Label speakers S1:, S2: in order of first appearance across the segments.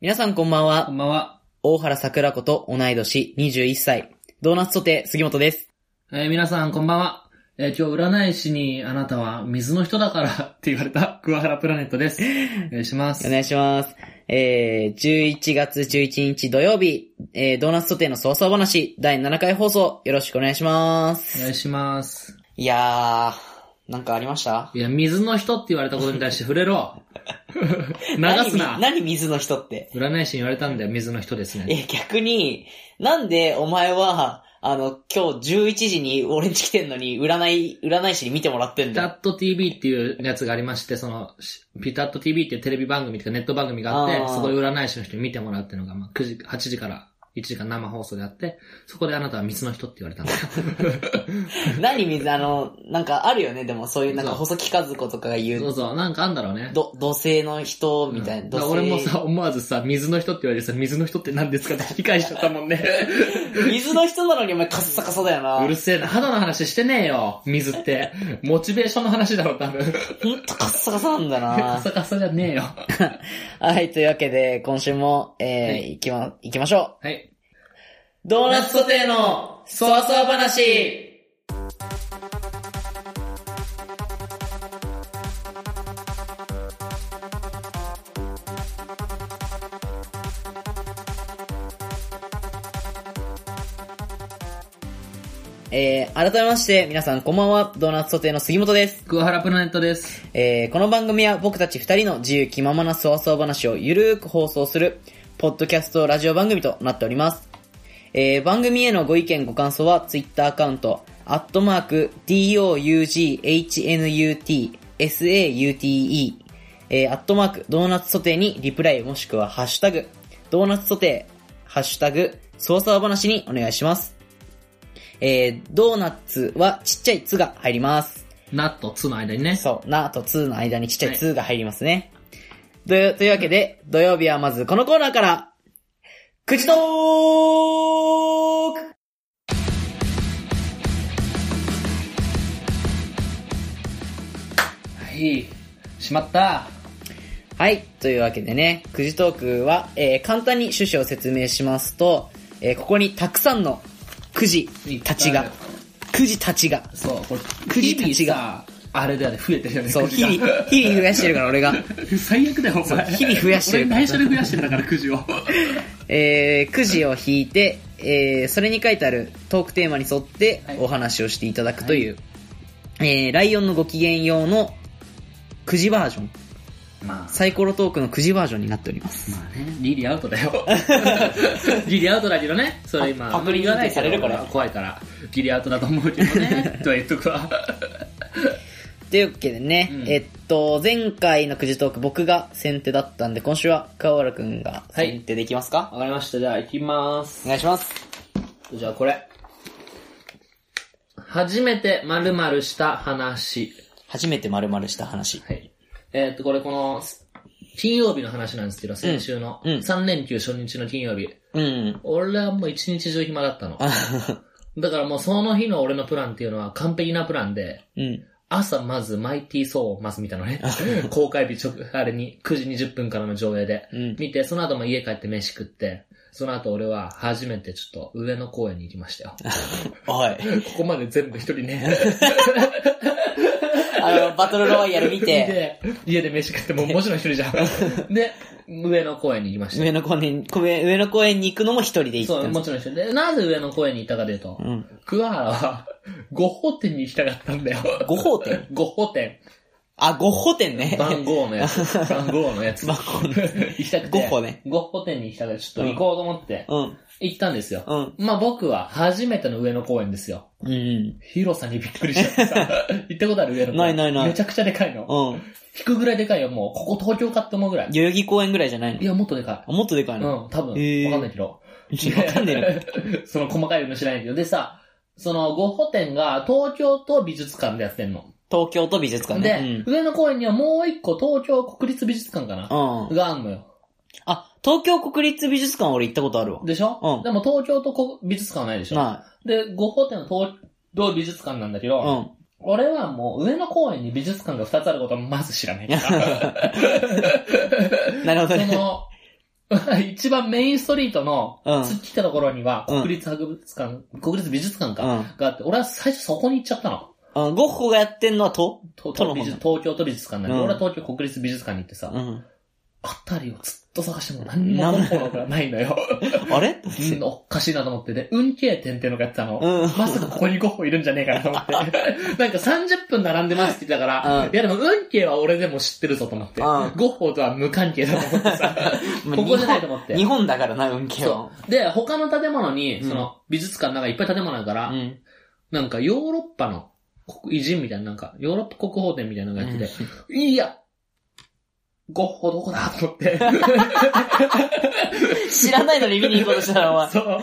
S1: 皆さんこんばん
S2: こ
S1: は
S2: ん。ばんは。
S1: 大原桜子と同い年21歳。ドーナツソテー杉本です。
S2: えー皆さんこんばんは。えー今日占い師にあなたは水の人だから って言われた桑原プラネットです。お願いしま
S1: お
S2: す。
S1: 願いします。えー、11月11日土曜日、えー、ドーナツソテーの早々話、第7回放送、よろしくお願いしま
S2: お
S1: す。
S2: 願いします。
S1: いやー、なんかありました
S2: いや、水の人って言われたことに対して触 れろ。流すな
S1: 何。何水の人って。
S2: 占い師に言われたんだよ、水の人ですね。
S1: え、逆に、なんでお前は、あの、今日11時に俺んち来てんのに、占い、占い師に見てもらってん
S2: ピ
S1: だ
S2: タ
S1: よ。
S2: ット TV っていうやつがありまして、その、しピタット TV っていうテレビ番組とかネット番組があって
S1: あ、ー
S2: そこで占い師の人に見てもらうっていうのが、まあ、9時、8時から1時間生放送であって、そこであなたは水の人って言われ たんだよ。
S1: 何水、あの、なんかあるよね、でもそういう、なんか
S2: そう
S1: 細木和子とかが言う
S2: どうぞ、なんかあんだろうね。
S1: ど、土星の人みたいな。
S2: うん
S1: 土
S2: だから
S1: 星
S2: 俺もさ、思わずさ、水の人って言われてさ、水の人って何ですかって理解しちゃったも んね。
S1: 水の人なのにお前カッサカサだよな。
S2: う
S1: ほ
S2: る
S1: ん
S2: せえな、肌の話してねえよ、水って。モチベーションの話だろ、多分。
S1: とカッサカサなんだ
S2: カ
S1: な。
S2: サカサじゃねえよ。
S1: はい、というわけで、今週も、えー、、
S2: はい
S1: きま、いきましょ
S2: はい。
S1: う。ドーナツソテーの、そわそわ話えー、改めまして、皆さんこんばんは、ドーナツソテーの杉本です。
S2: 桑原プラネットです。
S1: えーこの番組は僕たち二人の自由気ままなそわそわ話をゆるーく放送する、ポッドキャストラジオ番組となっております。えー番組へのご意見ご感想は、ツイッターアカウント、アットマーク、doughnut, saute, えーアットマーク、ドーナツソテーにリプライもしくは、ハッシュタグ、ドーナツソテー、ハッシュタグ、そわそわ話にお願いします。えードーナツはちっちゃいつが入ります。
S2: ナとツの間にね。
S1: そう、なと2の間にちっちゃい2が入りますね。というというわけで、土曜日はまずこのコーナーから、くじトーク
S2: はい。しまった。
S1: はい、というわけでね、くじトークは、えー簡単に趣旨を説明しますと、えーここにたくさんのくじたち
S2: いっ
S1: が
S2: ぱい、
S1: くじたちが、
S2: そう、これ、
S1: くじたちが
S2: が。あれだよね、増えてるよね。
S1: そう、
S2: くじが
S1: 日々、日々増やしてるから俺が、
S2: 最悪だよ、お前。
S1: 日々増やしてる
S2: 俺内緒で増やしてるんだから、く じを。
S1: えーくじを引いて、えーそれに書いてあるトークテーマに沿って
S2: はい
S1: お話をしていただくという、えーライオンのご機嫌用のくじバージョン、
S2: まあ、
S1: サイコロトークのくじバージョンになっております。
S2: まあね、リリアウトだよ。 ギリアウトだけどね、それ今、
S1: パクリ
S2: が
S1: 認定されるから
S2: 怖いから、ギリアウトだと思うけどね、 とは言っとくわ。
S1: というわけでね、
S2: うん
S1: えっと、前回のくじトーク僕が先手だったんで、今週は川原くんが
S2: はい
S1: 先手できますか、
S2: わかりました、じゃあ行きまー
S1: お
S2: す。
S1: 願いします。
S2: じゃあこれ。初めて〇〇した話。
S1: 初めて〇〇した話。
S2: はい。えーっと、これこの、金曜日の話なんですけど、先週の、
S1: うんうん
S2: 3連休初日の金曜日。
S1: うん。
S2: 俺はもう一日中暇だったの。だからもうその日の俺のプランっていうのは完璧なプランで、
S1: うん。
S2: 朝まずマイティーソーをまず見たのね。公開日直、あれに9時20分からの上映で。
S1: うん
S2: 見て、その後も家帰って飯食って、その後俺は初めてちょっと上野公園に行きましたよ。
S1: おい。
S2: ここまで全部一人ね。
S1: あの、バトルロワイヤル 見て、
S2: で、家で飯食ってもうもちろん一人じゃ ん。で、上野公園に行きました。
S1: 上野公園に、上野公園に行くのも一人で行っ
S2: そ
S1: た
S2: う、
S1: んで
S2: も
S1: す
S2: ちろん一人で。なぜ上野公園に行ったかというと、
S1: うん。
S2: 桑原は、ご法店に行きたかったんだよ。
S1: 五宝店
S2: ご法店。
S1: あ、ゴッホ店ね。
S2: 番号の やつ。番号のやつ。
S1: 番号のやつ
S2: 行きたくて。
S1: ゴッホね。
S2: ゴッホ店に行きたくて、ちょっと行こうと思って、
S1: うん。
S2: 行ったんですよ。
S1: うん。
S2: まあ僕は初めての上野公園ですよ。
S1: うん。
S2: 広さにびっくりしちゃって さ。行ったことある上野公園。
S1: ないないない
S2: めちゃくちゃでかいの。
S1: うん。
S2: 引くぐらいでかいよ、もう。ここ東京かって思うぐらい。
S1: 代々木公園ぐらいじゃない
S2: い
S1: の
S2: や、もっとでか
S1: あ、もっとで
S2: い。
S1: か
S2: う
S1: い
S2: ん、
S1: の、
S2: 多分。わか
S1: へー
S2: んないけど。
S1: わかんね えな。
S2: その細かいの知らないけど。でさ、そのゴッホ展が東京と美術館でやってんの。
S1: 東京と美術館
S2: で、
S1: ね。
S2: 上野公園にはもう一個東京国立美術館かな
S1: う、ん。うん。
S2: があんのよ。
S1: あ、東京国立美術館俺行ったことあるわ。
S2: でしょ、
S1: うん
S2: でも東京とこ美術館はないでしょ、
S1: な
S2: で、五法店の東京美術館なんだけ
S1: い。う
S2: ど、
S1: ん。
S2: 俺はもう上野公園に美術館が2つあることはまず知らないから。
S1: なるほど
S2: そ
S1: ね。
S2: の、 一番メインストリートの、
S1: うん
S2: 突っ切ったところには、
S1: うん
S2: 国立博物館、国立美術館
S1: う
S2: か、
S1: ん。
S2: があって、俺は最初そこに行っちゃったの。
S1: うん、ゴッホがやってんのはと
S2: と
S1: トロ
S2: と
S1: モン
S2: 美術東京都美術館なんで、
S1: うん
S2: 俺は東京国立美術館に行ってさ、
S1: うん。
S2: あたりをずっと探しても何も
S1: なん
S2: 方法がないのよ。
S1: あれ
S2: うん、おかしいなと思って、で、運慶点々のがやってたの。
S1: うん。
S2: まさかここにゴッホいるんじゃねえかなと思って。 なんか30分並んでますって言ってたから、
S1: うん
S2: いやでも運慶は俺でも知ってるぞと思って。
S1: うん
S2: ゴッホとは無関係だと思ってさ、
S1: まあ
S2: ここじゃないと思って。
S1: 日本だからな、運慶は
S2: そ。う。で、他の建物に、
S1: うん
S2: その、美術館なんかいっぱい建物あるか
S1: う
S2: ら、
S1: ん。
S2: なんかヨーロッパの国偉人みたいな、なんか、ヨーロッパ国宝展みたいなのがやってて、いやゴッホどこだと 思って。
S1: 知らないのに見に行こうとしたら、お前。
S2: そう。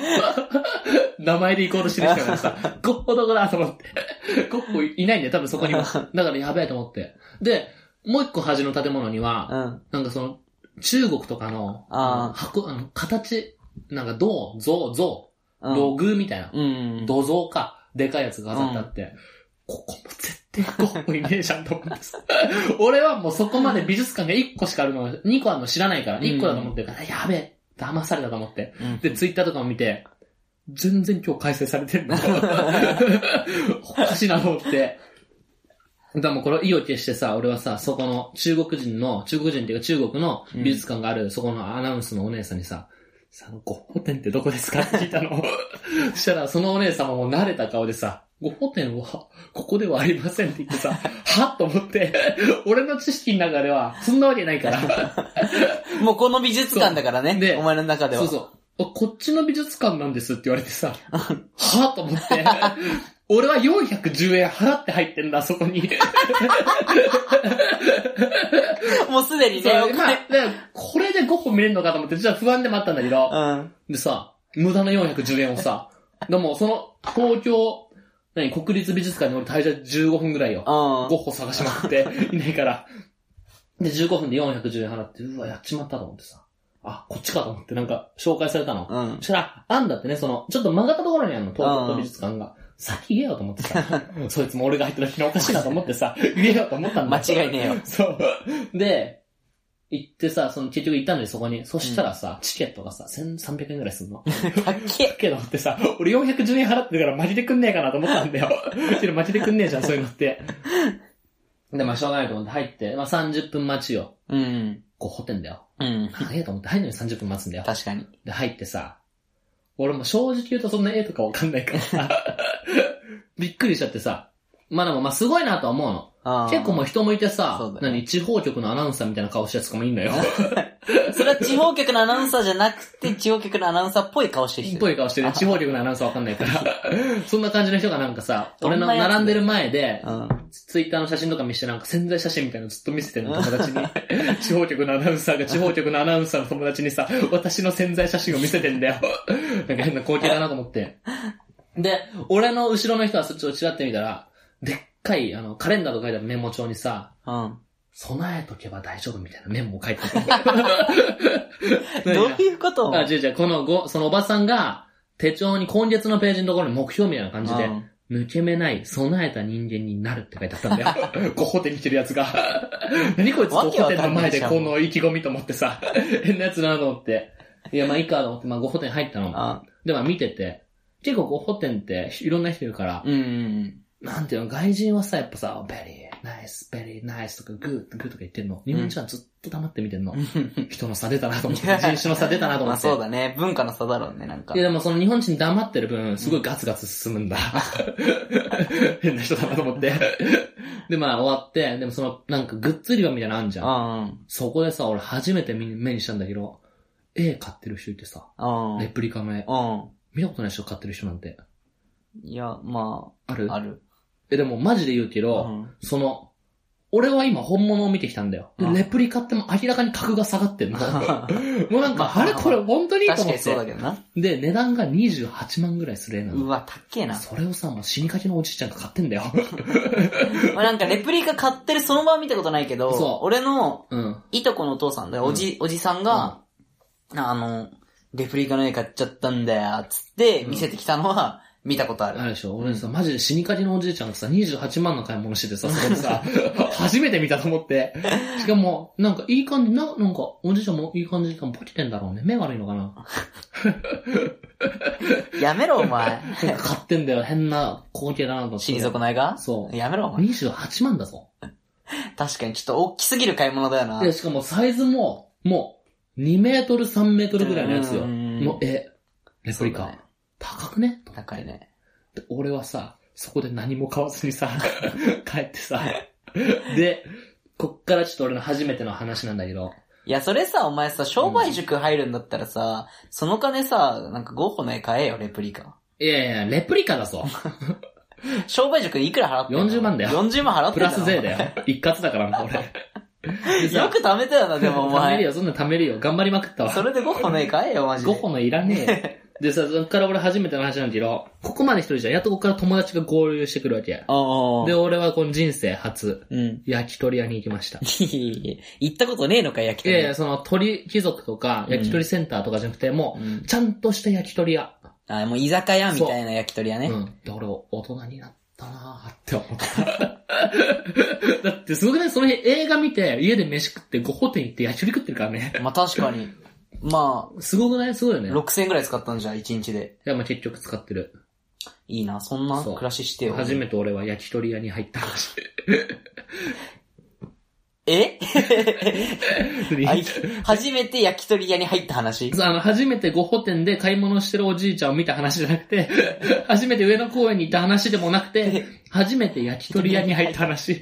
S2: 名前で行こうとしてる人がさ、ゴッホどこだと思って。ゴッホいないんだよ、多分そこにも。だからやべえと思って。で、もう一個端の建物には、
S1: うん。
S2: なんかその、中国とかの、
S1: あー
S2: 箱、あの、形、なんか銅、像、像、
S1: うん。
S2: 土偶みたいな。
S1: うん。
S2: 土蔵か、でかいやつが飾ってあって、ここも絶対ゴッホいねえじゃんと思ってさ俺はもうそこまで美術館が1個しかあるの、2個あるの知らないから、
S1: うん
S2: 1個だと思ってるから、やべえ、騙されたと思って。
S1: うん
S2: で、ツイッターとかも見て、全然今日開催され てんの。おかしいなと思って。でもこれを意を決してさ、俺はさ、そこの中国人の、中国人っていうか中国の美術館がある、そこのアナウンスのお姉さんにさ、さ、ゴッホ展ってどこですかって聞い たの。そしたら、そのお姉様も慣れた顔でさ、ゴッホ展は、ここではありませんって言ってさ、はっと思って、俺の知識の中では、そんなわけないから。
S1: もうこの美術館だから
S2: そうで
S1: ね、お前の中では。
S2: そうそう。あこっちの美術館なんですって言われてさ、はぁと 思って、俺は410円払って入ってんだ、そ こに。
S1: もうすでにね、
S2: そう
S1: お
S2: ま
S1: 金。
S2: あだからこれで5個見れるのかと思って、実は不安でもあったんだけど、
S1: うん。
S2: でさ、無駄な410円 をさ、でもその、東京、何、国立美術館に俺滞在15分ぐらいよ。
S1: うん。
S2: ゴッホ探しまくって、 いないから。で、15分で410円払って、うわ、やっちまったと思ってさ。あ、こっちかと思って、なんか、紹介されたの。
S1: うん
S2: そ。したら、あんだってね、その、ちょっと曲がったところにあるの、東京都美術館が。先言えよと思ってさ、 そいつも俺が入ってる時におかしいなと思ってさ、言えよと思ったんだ
S1: 間違いねえよ。
S2: そう。で、行ってさ、その結局行ったのにそこに。そしたらさ、チケットがさ、1300円ぐらいすんの。
S1: たっけ。
S2: けどってさ、俺410円払ってるからマジでくんねえかなと思ったんだよ。けどマジでくんねえじゃん、そういうのって。で、まあしょうがないと思って入って、まあ30分待ちよ。
S1: うん。
S2: こう、ホテんだよ。
S1: うん。
S2: 長えと思って入るのに30分待つんだよ。
S1: 確かに。
S2: で、入ってさ、俺も正直言うとそんな絵とかわかんないか らさ、びっくりしちゃってさ、まあでもまあすごいなとは思うの。結構もう人向いて
S1: そう
S2: さ、
S1: だよ
S2: 何、地方局のアナウンサーみたいな顔したやつとかもいい んだよ。
S1: うんそれは地方局のアナウンサーじゃなくて、地方局のアナウンサーっぽい顔してる
S2: っ
S1: 人。
S2: ぽい顔してる。地方局のアナウンサーわかんな いから。そんな感じの人がなんかさ、
S1: ど
S2: 俺
S1: ん
S2: の
S1: なやつだよ
S2: 並んでる前で
S1: う、ん。
S2: ツイッターの写真とか見せてなんか潜在写真みたいなのずっと見せてるの、友達に。 地方局のアナウンサーが地方局のアナウンサーの友達にさ、私の潜在写真を見せてんだよ。 なんか変な光景だなと思って。で、俺の後ろの人はそっちをちらって見たら、でっかい、あの、カレンダーと書いてあるメモ帳にさ、
S1: うん。
S2: 備えとけば大丈夫みたいなメモを書いてあ る。
S1: どういうこと
S2: あ、違う違う、このご、そのおばさんが、手帳に今月のページのところに目標みたいな感じで
S1: う、ん
S2: 抜け目ない、備えた人間になるって書いてあったんだよ。ゴッホ展に来てるやつが。 何こいつゴ
S1: わ
S2: ッ
S1: け
S2: ホ
S1: わ
S2: 展
S1: か
S2: の
S1: んな
S2: 前
S1: いじ
S2: で
S1: ゃん
S2: この意気込みと思ってさ、変なやつだなと思って。いや、まあいいかと思って、まあゴッホ展入ったの。
S1: あ
S2: で、まあ見てて、結構ゴッホ展っていろんな人いるから、
S1: うんうん
S2: なんていうの、外人はさ、やっぱさ、ベリー、ナイス、ベリー、ナイスとか、グー、グーとか言ってんの。日本人はずっと黙って見てんの。
S1: うん。
S2: 人の差出たなと思って、人種の差出たなと思
S1: まあ
S2: って。
S1: そうだね。文化の差だろうね、なんか
S2: い。やでもその日本人黙ってる分、すごいガツガツ進むんだ。 変な人だなと思って。で、まあ終わって、でもその、なんかグッズ売り場みたいなのあんじゃん。
S1: うん。
S2: そこでさ、俺初めて見目にしたんだけど、絵買ってる人いてさ、
S1: うん。う
S2: レプリカの絵。
S1: ん。
S2: 見たことない人買ってる人なんて、
S1: いや、ま
S2: ある
S1: あ、ある。
S2: え、でもマジで言うけ
S1: う
S2: ど、
S1: ん。
S2: その、俺は今本物を見てきたんだよ。で
S1: うん
S2: レプリカってもう明らかに格が下がってん の。もうなんか、
S1: まあ
S2: あれこれ本当にいい
S1: 確か
S2: と思っ
S1: にそうだ
S2: て。
S1: けどな。
S2: で、値段が28万ぐらいする絵なの。
S1: うわ、たっけえな。
S2: それをさ、もう死にかけのおじいちゃんが買ってんだよ。
S1: まあなんかレプリカ買ってるその場は見たことないけ
S2: そ
S1: ど、俺の
S2: うん。
S1: いとこのお父さんだよ、おじ、おじさんが、あの、レプリカの絵買っちゃったんだよ、つって見せてきたのは、見たことある。
S2: あるでしょ俺さ、マジで死にかけのおじいちゃんがさ、28万の買い物しててさ、そこで さ、初めて見たと思って。しかも、なんかいい感じ、な、なんか、おじいちゃんもいい感じでボケてんだろうね。目悪いのかな
S1: やめろ、お 前。
S2: なんか買ってんだよ。変な光景だなと思って。
S1: 死に損ないが
S2: そう
S1: やめろ、お前。
S2: 28万だぞ。
S1: 確かに、ちょっと大きすぎる買い物だよな。
S2: で、しかもサイズも、もう、2メートル、3メートルぐらいのやつよ。
S1: うん
S2: の絵。レプリ
S1: そう
S2: カ。
S1: だね
S2: 高くね
S1: 高いね。
S2: で俺はさ、そこで何も買わず にさ、帰ってさ。で、こっからちょっと俺の初めての話なんだけど。
S1: いや、それさ、お前さ、商売塾入るんだったらさ、その金さ、なんかゴッホの絵買えよ、レプリカ。
S2: いやいや、レプリカだ ぞ。
S1: 商売塾いくら払ってんの
S2: 40万だよ
S1: 40万払って
S2: プ
S1: ん
S2: ラス税だよ。一括だから、も う俺。で
S1: よ
S2: さ
S1: く貯めたよな、でもお
S2: 貯める
S1: 前。
S2: よ、そんな貯めるよ。頑張りまくったわ。
S1: それでゴッホの絵買えよ、マジで。
S2: ゴッホのいら ねえよ。でさ、そっから俺初めての話なんだけど、ここまで一人じゃん、やっとここから友達が合流してくるわけ。
S1: おうお
S2: で、
S1: う
S2: 俺はこの人生初、
S1: うん。
S2: 焼き鳥屋に行きました。
S1: 行ったことねえのか、焼き
S2: い
S1: 鳥。
S2: やいや、その鳥貴族とか、
S1: うん
S2: 焼き鳥センターとかじゃなくて、も
S1: うん
S2: う、ちゃんとした焼き鳥屋。
S1: あ、もう居酒屋みたいな焼き鳥屋ね。
S2: うん。で、俺、大人になったなーって思った。だ って、すごくね、その辺映画見て、家で飯食って、ごホテル行って焼き鳥食ってるからね。
S1: まあ確かに。まあ、
S2: すごくないすごいよね。い
S1: 6000円くらい使ったんじゃん、1日で。
S2: や、まあ結局使ってる。
S1: いいな、そんな
S2: そう
S1: 暮らししてよ。
S2: 初めて俺は焼き鳥屋に入っ た話。
S1: えあ初めて焼き鳥屋に入った話
S2: そうあの、初めてゴッホ店で買い物してるおじいちゃんを見た話じゃなく て、初めて上野公園に行った話でもなくて、初めて焼き鳥屋に入った 話。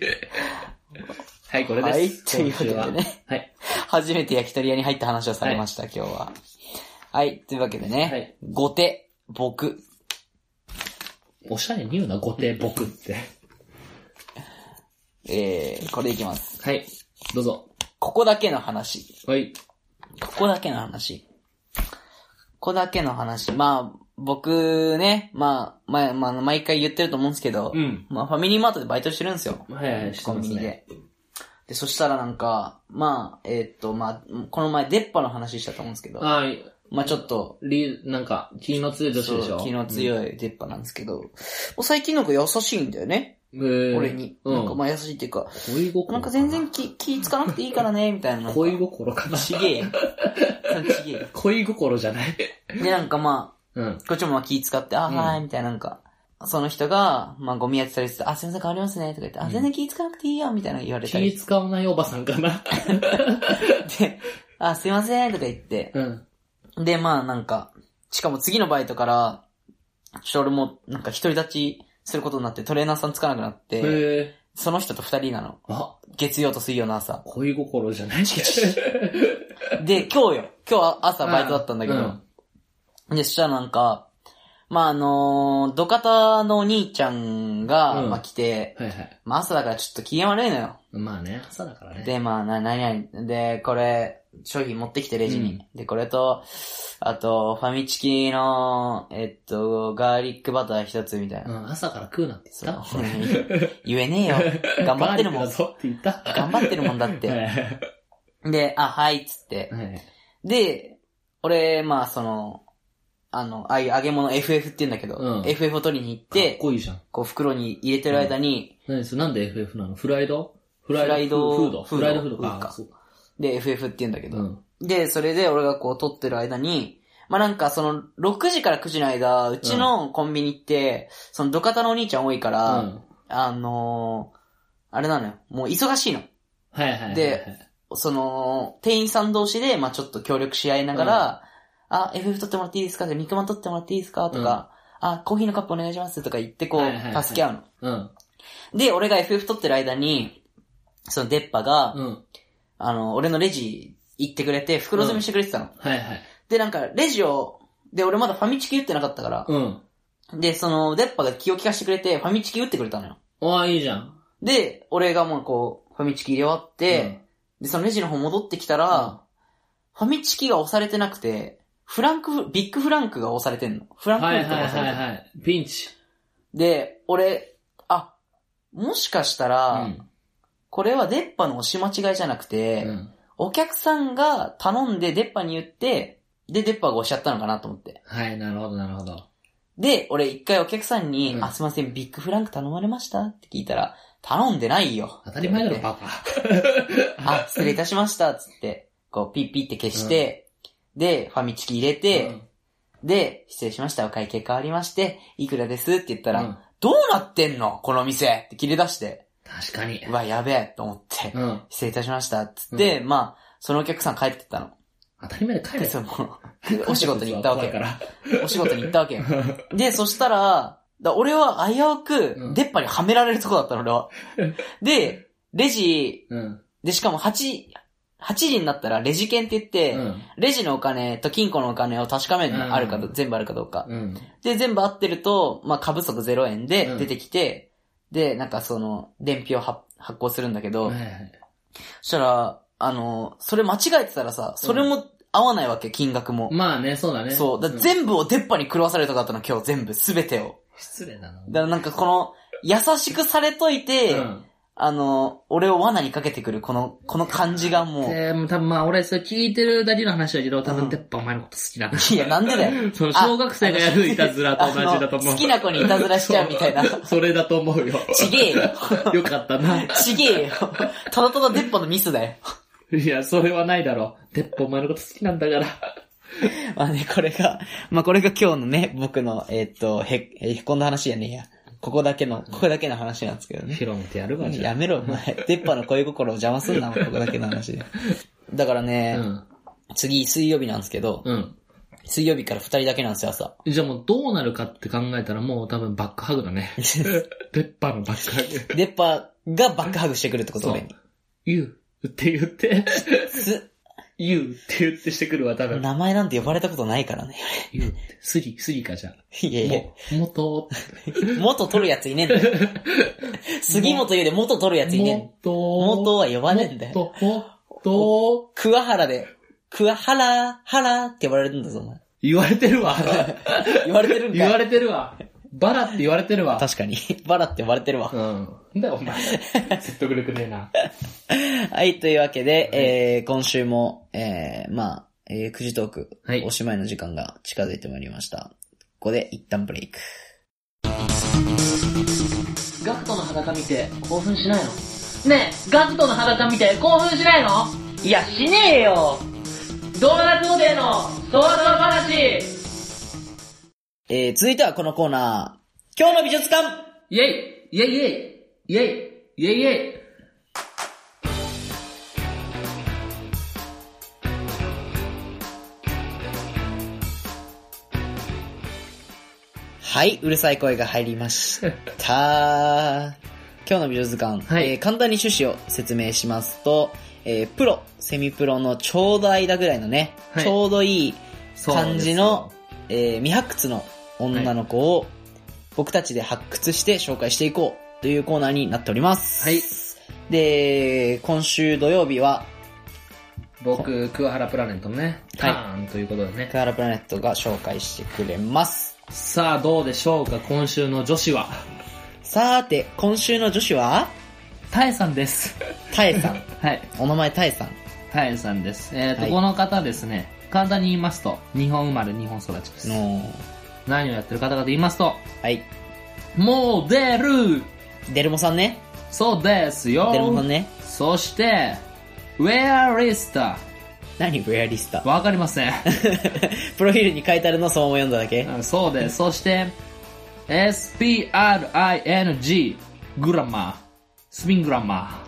S2: はい、これです。
S1: はいというわけでね
S2: 今週ははい。
S1: 初めて焼き鳥屋に入った話をされました、今日は。はい、というわけでね。
S2: はい
S1: 後手、僕。
S2: おしゃれに言うな、ごて僕って。
S1: えー、これいきます。
S2: はい。どうぞ。
S1: ここだけの話。
S2: はい。
S1: ここだけの話。ここだけの話。まあ、僕ね、まあ、まあ、まあ、毎回言ってると思うんですけど、
S2: うん
S1: まあ、ファミリーマートでバイトしてるんですよ。
S2: はいはい、して
S1: コン
S2: ま
S1: ビ
S2: す
S1: ニ
S2: ね。
S1: で。で、そしたらなんか、まあ、えーっと、まあ、この前、出っ歯の話したと思うんですけど、
S2: はい。
S1: まあちょっと、
S2: り、なんか、気の強い女子でし
S1: そ
S2: ょ
S1: う気の強い出っ歯なんですけど、もう最近なんか優しいんだよね、
S2: うん
S1: 俺に。
S2: う
S1: なんか
S2: ん。
S1: まあ優しいっていうか、
S2: 恋心か
S1: なんか全然気、気つかなくていいからね、みたいな。
S2: 恋心 かな。
S1: ちげ えよ。それちげえよ
S2: 恋心じゃない。
S1: で、なんかまあ、
S2: うん。
S1: こっちもまあ気使って、あ、
S2: うん
S1: はい、みたいな、なんか、その人が、まあ、ゴミやってたりして、あ、すいません、変わりますね、とか言って、あ、
S2: うん
S1: 全然気使わなくていいよ、みたいな言われた
S2: 気
S1: り
S2: 使わないおばさんかな。
S1: して、 あ、すいません、とか言って、
S2: うん。
S1: で、まあ、なんか、しかも次のバイトから、ちょっと俺も、なんか独り立ちすることになって、トレーナーさんつかなくなって、
S2: へえ。
S1: その人と二人なの。
S2: あ、
S1: 月曜と水曜の朝。
S2: 恋心じゃない
S1: で、今日よ。今日朝バイトだったんだけ
S2: う
S1: ど。で、そしたらなんか、まあ、あのー、土方のお兄ちゃんが、
S2: うん
S1: まあ、来て、
S2: はいはい。
S1: まあ朝だからちょっと機嫌悪いのよ。
S2: まあね、朝だからね。
S1: で、まあ、な、なになに、で、これ、商品持ってきて、レジに。で、これと、あと、ファミチキの、えっと、ガーリックバター一つみたいうな。
S2: ん、朝から食うなって
S1: そ
S2: 言
S1: う
S2: っ。
S1: 言えねえよ。
S2: た
S1: 頑張ってるも
S2: ガーリックだ
S1: ん。
S2: ぞって言った。
S1: 頑張ってるもんだ って。で、あ、はい、っつって。
S2: はいはい
S1: で、俺、まあ、その、あの、ああいう揚げ物 FF って言うんだけど、
S2: うん
S1: FF を取りに行っ、
S2: かってこいいじゃん。
S1: こう袋に入れてる間に、
S2: 何ですなんで FF なのフライドフ
S1: ライド
S2: フード。フライドフード
S1: フードか
S2: か。そうか
S1: で、FF って言うんだけど
S2: う、ん。
S1: で、それで俺がこう撮ってる間に、まあ、なんかその、6時から9時の間、うちのコンビニって、その土方のお兄ちゃん多いから、
S2: うん
S1: あのー、あれなのよ、もう忙しいの。
S2: はいはいはいはい。
S1: でその、店員さん同士で、まあ、ちょっと協力し合いながら、あ、FF 撮ってもらっていいですかじゃあ肉まん撮ってもらっていいですかとか、あ、コーヒーのカップお願いしますとか言ってこ
S2: はいはいは
S1: う、
S2: い
S1: 助け合うの。
S2: うん。
S1: で、俺が FF 撮ってる間に、その出っ歯が、
S2: うん。
S1: あの、俺のレジ行ってくれて、袋詰めしてくれてたの。
S2: はいはい。
S1: で、なんか、レジを、で、俺まだファミチキ打ってなかったから、
S2: うん。
S1: で、その、デッパが気を利かしてくれて、ファミチキ打ってくれたのよ。
S2: おー、いいじゃん。
S1: で、俺がもうこう、ファミチキ入れ終わって、で、そのレジの方戻ってきたら、ファミチキが押されてなくて、フランクフ、ビッグフランクが押されてんの。フラ
S2: う
S1: ン
S2: ん、
S1: クフ
S2: はい
S1: ル
S2: はい
S1: トが押さ
S2: は
S1: れて
S2: い
S1: る。
S2: はい。ピンチ。
S1: で、俺、あ、もしかした
S2: う
S1: ら、
S2: ん。
S1: これはデッパの押し間違いじゃなくて、
S2: うん
S1: お客さんが頼んでデッパに言って、で、デッパが押しちゃったのかなと思って。
S2: はい、なるほどなるほど。
S1: で、俺一回お客さんに、
S2: うん
S1: あ、すいません、ビッグフランク頼まれましたって聞いたら、頼んでないよ。
S2: 当たり前だろ、
S1: って言わ
S2: バカ。
S1: れて あ、失礼いたしました、つって、こう、ピッピって消して、で、ファミチキ入れて、で、失礼しました、お会計変わりまして、いくらですって言ったら、
S2: うん
S1: どうなってんのこの店って切れ出して、
S2: 確かに
S1: う。わ、やべえと思って、
S2: うん。
S1: 失礼いたしました、つって、まあ、そのお客さん帰ってったの。
S2: 当たり前で帰れ
S1: で、その、お仕事に行ったわけ
S2: 怖いから。
S1: お仕事に行ったわけよ。で、そしたら、だ俺は危う
S2: う
S1: く
S2: ん、
S1: 出っ歯にはめられるとこだったの、俺 は。で、レジ、
S2: うん。
S1: で、しかも8、8時になったらレジ券って言っ
S2: う
S1: て、
S2: ん。
S1: レジのお金と金庫のお金を確かめる
S2: う
S1: の、
S2: ん
S1: あるかど、全部あるかどうか。
S2: うん。
S1: で、全部合ってると、まあ、過不足0円
S2: う
S1: で
S2: ん
S1: 出てきて、で、なんかその、伝票発発行するんだけど、
S2: はいはい
S1: そしたら、あの、それ間違えてたらさ、それも合わないわけ、金額も。
S2: まあね、そうだね。
S1: そう。だから
S2: 部。
S1: 全部を出っ歯に狂わされたかったの、今日全部、すべてを。
S2: 失礼だな。
S1: だからなんかこの、優しくされといて、
S2: うん。
S1: あの、俺を罠にかけてくる、この、この感じが もう、
S2: で、もう多分まあ俺、それ聞いてるだけの話だけど、多分、てっぱお前のこと好きだな。
S1: いや、なんでだよ。
S2: その小学生がやるいたずらと同じだと
S1: あ
S2: 思
S1: の
S2: う。
S1: 好きな子にいたずらしちゃうみたいな。
S2: そうそれだと思うよ。
S1: ちげえよ。
S2: よかったな。
S1: ちげえよ。ただただ出っ歯のミスだよ。
S2: いや、それはないだろう。てっぽお前のこと好きなんだから。
S1: まあね、これが、まあこれが今日のね、僕の、えっと、へ、へこんだ話やねえや。ここだけの、ここだけの話なんですけどね。
S2: 広めてやるわ、じゃあ
S1: やめろ、お前。出っ歯の恋心を邪魔すんな、ここだけの話で。だからね、
S2: うん。
S1: 次水曜日なんですけど、
S2: うん。
S1: 水曜日から二人だけなんですよ、朝。
S2: じゃあもうどうなるかって考えたらもう多分バックハグ だね。てっぱのバックハグ。
S1: 出っ歯がバックハグしてくるってこと
S2: そう
S1: 俺に。
S2: You って言って、
S1: す、
S2: You って言ってしてくるわ、多分。
S1: 名前なんて呼ばれたことないからね。
S2: You って、スリ、スリかじゃあ。
S1: いやいや、
S2: も、元、
S1: 元取るやついねえんだ よ。杉本優で元取るやついねえんだよ。
S2: 元、
S1: 元
S2: 元、
S1: は呼ばねえんだよ。
S2: 元、元、
S1: 桑原で、桑原、原って呼ばれるんだぞ、お前。
S2: 言われてる わ。
S1: 言われてるんかい
S2: 言われてるわ。バラって言われてるわ。
S1: 確かに。バラって呼ばれてるわ。
S2: うん。なんだよ、お前。 説得力ねえな。
S1: はい、というわけで、えー、今週も、えー、まあ、えー、くじトーク、
S2: はい
S1: おしまいの時間が近づいてまいりました。ここで一旦ブレイク。
S2: ガクトの裸見て興奮しないのねえ、ガクトの裸見て興奮しないの
S1: いや、しねえよ
S2: ドーナツのデーのドーナツ話
S1: えー、続いてはこのコーナー、今日の美術館
S2: イェイイェイイェイイェイイェイイェイ
S1: はい、うるさい声が入りました。 今日の美術館、
S2: はい
S1: えー簡単に趣旨を説明しますと、えー、プロ、セミプロのちょうど間ぐらいのね、
S2: はい
S1: ちょうどいい
S2: そうですよ
S1: 感じの、えー未発掘の女の子を、僕たちで発掘して紹介していこうというコーナーになっております。
S2: はい。
S1: で、今週土曜日は、
S2: 僕、桑原プラネットのね、タ
S1: はい
S2: ーンということでね。
S1: クアラプラネットが紹介してくれます。
S2: さあ、どうでしょうか、今週の女子は。
S1: さーて、今週の女子は、
S2: タエさんです。
S1: タエさん。
S2: はい。
S1: お名前タエさん。
S2: タエさんです。えっ、と、
S1: はい
S2: この方ですね、簡単に言いますと、日本生まれ、日本育ちです。
S1: の
S2: 何をやってる方かと言いますと、
S1: はい。
S2: モデル
S1: デルモさんね。
S2: そうですよ
S1: デルモさんね。
S2: そして、ウェアリスタ
S1: 何ウェアリスタ。
S2: わかり ません。
S1: プロフィールに書いてあるのそのまま読んだだけ。
S2: うんそうです。そして、SPRING グラマー。スピングラマ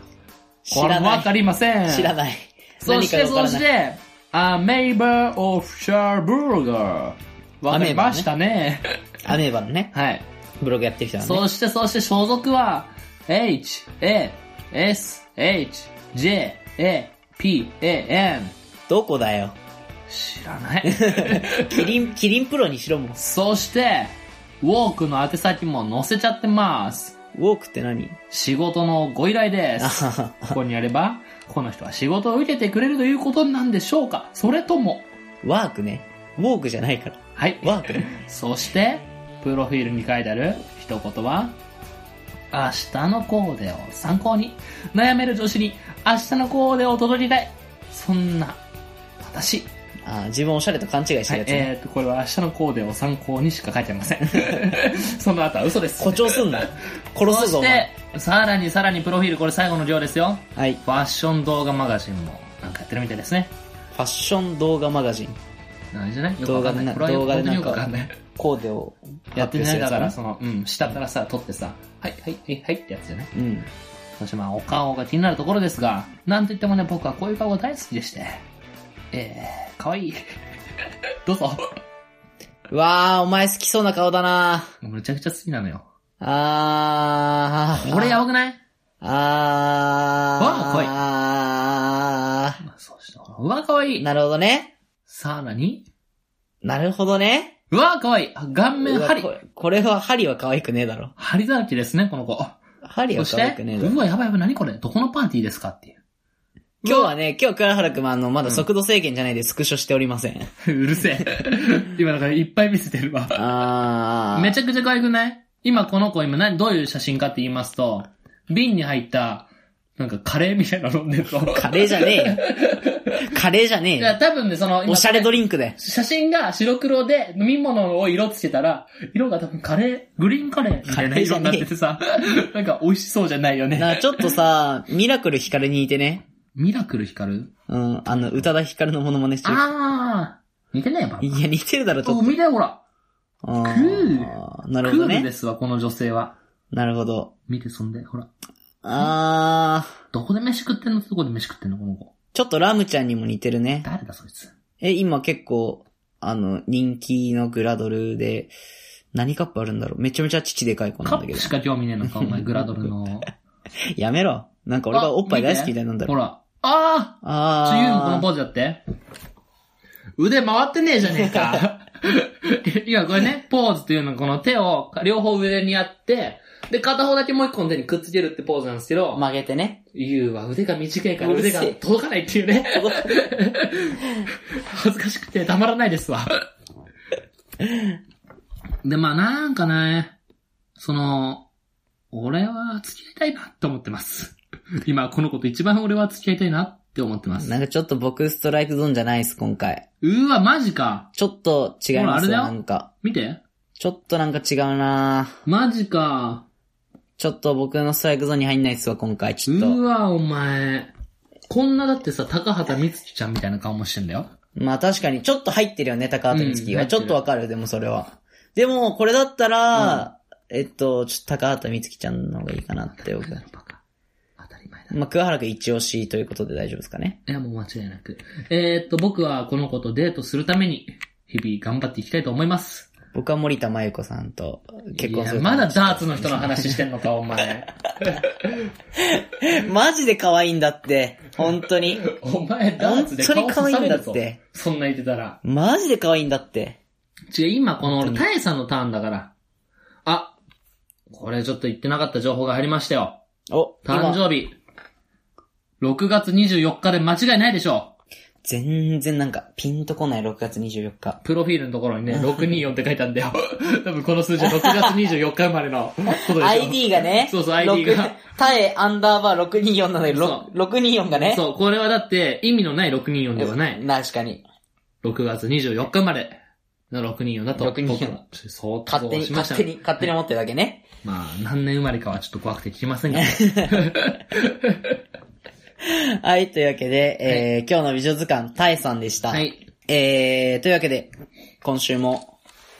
S2: ー。
S1: 知ら
S2: これもわ
S1: な
S2: か
S1: い。
S2: りません。
S1: 知らない。
S2: そして、
S1: 何かがわ
S2: そ
S1: からな
S2: し
S1: い。
S2: て、アメーバーオフシャーブルガー。わかりましたね。
S1: アメーバのね、
S2: はい。
S1: ブログやってる人なんね。
S2: そして、そして、所属は、H, A, S, H, J, A, P, A, N。
S1: どこだよ。
S2: 知ら ない。
S1: キリ ン、キリンプロにしろもん。ウ
S2: そして、ウォークの宛先も載せちゃってます。
S1: ォークって何
S2: 仕事のご依頼で
S1: あ
S2: す。
S1: はは
S2: ここにやれば、この人は仕事を受けてくれるということなんでしょうかそれとも、
S1: ワークね。ウォークじゃないから。
S2: はい。
S1: ワーク ね。
S2: そして、プロフィールに書いてある一言は、明日のコーデを参考に、悩める女子に明日のコーデを届けたい。そんな、私、
S1: あー自分おしゃれと勘違いしてる
S2: はい
S1: や、つね。
S2: えーと、これは明日のコーデを参考にしか書いてありません。 その後は嘘です。
S1: 誇張すんな。殺すぞ、
S2: そ
S1: お
S2: し
S1: 前。
S2: て、さらにさらにプロフィール、これ最後の行ですよ。
S1: はい。
S2: ファッション動画マガジンもなんかやってるみたいですね。
S1: ファッション動画マガジン。
S2: なんじゃないよくわかんない。これはよ
S1: 動
S2: く
S1: 画で
S2: 本当に
S1: なん
S2: よく
S1: か
S2: わかんない。
S1: コーデをや
S2: や
S1: っ
S2: ってて
S1: る
S2: ない
S1: や
S2: だ
S1: つ
S2: か
S1: や
S2: ら、
S1: な
S2: その、うん、下からさ、撮ってさ、はい、はい、はい、はいってやつじゃない
S1: うん。
S2: そしてまあ、お顔が気になるところですが、なんといってもね、僕はこういう顔が大好きでして。えー、かわいい。 どうぞ。
S1: うわー、お前好きそうな顔だな
S2: むちゃくちゃ好きなのよ。
S1: あー。
S2: これやばくない
S1: あー。
S2: わー来い
S1: あ
S2: まあ、そうした。うわ、かわい
S1: ー。
S2: い。
S1: なるほどね。
S2: さらに、
S1: なるほどね。
S2: うわ、かわいい。あ顔面
S1: うわ
S2: 針。
S1: ここれは針は可愛くねえだろ。
S2: 針だらけですね、この子。
S1: 針
S2: そ
S1: は
S2: し
S1: 可
S2: て
S1: 愛、くねえだろ
S2: う。わ、やばいやばい、何これどこのパーティーですかっていう。
S1: 今日はね、今日倉原くんはあの、まだ速度制限じゃないでスクショしておりません。
S2: うるせえ。今だからいっぱい見せてるわ。
S1: あー。
S2: めちゃくちゃ可愛くない今この子今何、どういう写真かって言いますと、瓶に入った、なんかカレーみたいなの飲んでると。
S1: カレーじゃね えよ。カレーじゃねえ
S2: じゃあ
S1: よ。
S2: 多分ね、その、今
S1: おしゃれドリンクだよ。
S2: 写真が白黒で飲み物を色つけたら、色が多分カレー、グリーンカレーみたいな色になっててさ、なんか美味しそうじゃないよね。
S1: な、ちょっとさ、ミラクルヒカルに似てね。
S2: ミラクル光る
S1: うん、あの、宇多田ヒカルのモノマネしてる。
S2: あー、似てねえば。
S1: いや、似てるだろ、ちょっと。
S2: 見てほら。
S1: あーな
S2: ク
S1: るほど
S2: ールで
S1: ね。
S2: すわ、この女性は。
S1: なるほど。
S2: 見てそんで、ほら。
S1: あー、
S2: どこで飯食ってんのどこで飯食ってんのこの子。
S1: ちょっとラムちゃんにも似てるね。
S2: 誰だそいつ。
S1: え、今結構、あの、人気のグラドルで、何カップあるんだろうめちゃめちゃ父でかい子な
S2: カ
S1: んだ
S2: ッ
S1: け
S2: プ
S1: ど
S2: し。か興味ねえのか、お前、グラドル の。
S1: やめろ。なんか俺がおっぱい大好きみたいなんだ
S2: ほ
S1: ろ。
S2: ら。あー
S1: あー。
S2: ちょ、ゆうのこのポーズやって。腕回ってねえじゃねえ か。今これね、ポーズというのはこの手を両方上にやって、で、片方だけもう一個の手にくっつけるってポーズなんですけど、
S1: 曲げてね。
S2: ゆうは腕が短いから
S1: うるせ
S2: 腕
S1: え
S2: が届かないっていうね。恥ずかしくてたまらないです わ。で、まあなんかね、その、俺は付き合いたいなって思ってます。今この子と一番俺は付き合いたいなって思ってま す。
S1: なんかちょっと僕ストライクゾーンじゃないです、今回。
S2: うわ、マジか。
S1: ちょっと違い
S2: ほら
S1: ま
S2: あれ
S1: す
S2: だ
S1: よ、
S2: よ
S1: なんか。
S2: 見て。
S1: ちょっとなんか違うな
S2: マジか。
S1: ちょっと僕のストライクゾーンに入んないっすわ、今回。ちょっ
S2: う
S1: と。
S2: わ、お前。こんなだってさ、高畑みつきちゃんみたいな顔もしてんだよ。
S1: まあ確かに、ちょっと入ってるよね、高畑充希
S2: うん入
S1: は。
S2: って
S1: ち
S2: る
S1: ょっとわかる、でもそれは。でも、これだったら、えっと、ちょっと高畑充希ちゃんの方がいいかなって、僕。
S2: バカ。当たり前だ。
S1: まあ、桑原くん一押しということで大丈夫ですかね。
S2: いや、もう間違いなく。えー、っと、僕はこの子とデートするために、日々頑張っていきたいと思います。
S1: 僕は森田真由子さんと結婚す
S2: いや
S1: る。
S2: まだダーツの人の話してんのか、お前。
S1: マジで可愛いんだって。本当に。
S2: お前、ダーツで
S1: 本当
S2: 顔
S1: に可愛
S2: 刺さ
S1: いん
S2: れ
S1: だ
S2: る
S1: っ
S2: ぞ。
S1: て
S2: そんな言ってたら。
S1: マジで可愛いんだって。
S2: 違う、今この
S1: 本
S2: 俺、
S1: 当
S2: タエさんのターンだから。あ、これちょっと言ってなかった情報が入りましたよ。
S1: お、
S2: 誕
S1: 今、
S2: 生日。6月24日で間違いないでしょ
S1: 全然なんか、ピンとこない6月24日
S2: う。。プロフィールのところに ね、624って書いたんだよ。 多分この数字は6月24日生まれの ことでしょ。
S1: ID がね、
S2: そうそう ID が
S1: 六。タエアンダーバー624なので、
S2: そ
S1: 624がね。
S2: そう、これはだって意味のない624ではない。
S1: 確かに。
S2: 6月24日までの624だと僕
S1: 624
S2: は想
S1: 勝手
S2: 像
S1: に、
S2: しました
S1: 勝手に、勝手に思ってるだけね。
S2: まあ、何年生まれかはちょっと怖くて聞きませんが。
S1: はい、というわけで、えー今日の美女図鑑、タエさんでした。
S2: はい。
S1: えー、というわけで、今週も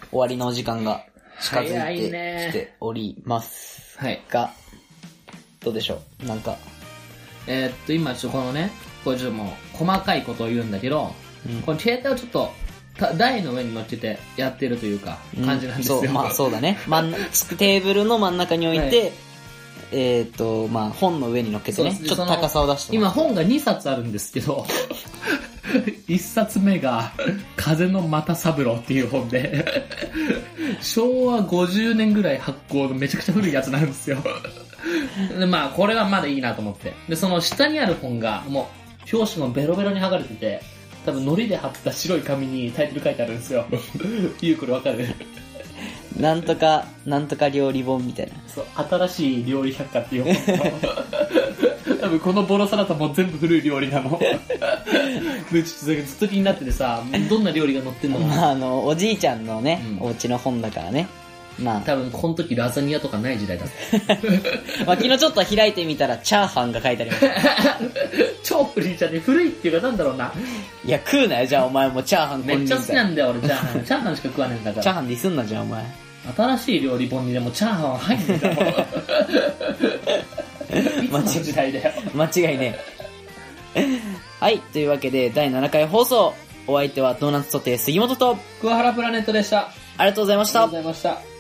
S1: 終わりのお時間が近づいてきております
S2: はい。
S1: が、どうでしょうなんか、
S2: えーっと、今ちょっとこのね、これちょっともう、細かいことを言うんだけど、
S1: うん
S2: この携帯をちょっと、た台の上に乗っけてやってるというか、感じなんですよ。
S1: うそう、まあそうだね。真 ん中テーブルの真ん中に置いて、
S2: は
S1: えっ、ー、と、まあ本の上に乗っけてね、
S2: そうで
S1: ちょっと高さを出して
S2: 今
S1: ます。
S2: 本が2冊あるんですけど、1冊目が、風の又三郎っていう本で、昭和50年ぐらい発行のめちゃくちゃ古いやつなんですよ。で、まあ、これはまだいいなと思って。で、その下にある本が、もう、表紙もベロベロに剥がれてて、 多分、糊で貼った白い紙にタイトル書いてあるんですよ。ゆう、これわかる
S1: なんとか、なんとか料理本みたいな。
S2: そう、新しい料理百科っていう 本。多分このボロサラダも全部古い料理なの。でちょっとずっと気になっててさ、どんな料理が載ってんのかな
S1: まあ、あの、おじいちゃんのね、
S2: うん
S1: お家の本だからね。まあ、
S2: 多分この時ラザニアとかない時代だった。
S1: まあ昨日ちょっと開いてみたら、チャーハンが書いてありま した。
S2: 超古いじゃね古いっていうかなんだろうな。
S1: いや、食うなよ、じゃあお前もチャーハン
S2: めっちゃ好きなんんだよ俺チャーハン。チャーハンしか食わねえんだか
S1: チャー
S2: ら。
S1: ハンディスんな、じゃあお前。
S2: 新しい料理本にでもチャーハンは入んねえんだもん。いつ の時代だよ。
S1: 間違いねえ。はい、というわけで、第7回放送。お相手はドーナツソテー杉本と、
S2: 桑原プラネットでした。あり
S1: ありがとうございまし
S2: がと
S1: た
S2: うご。ざいました。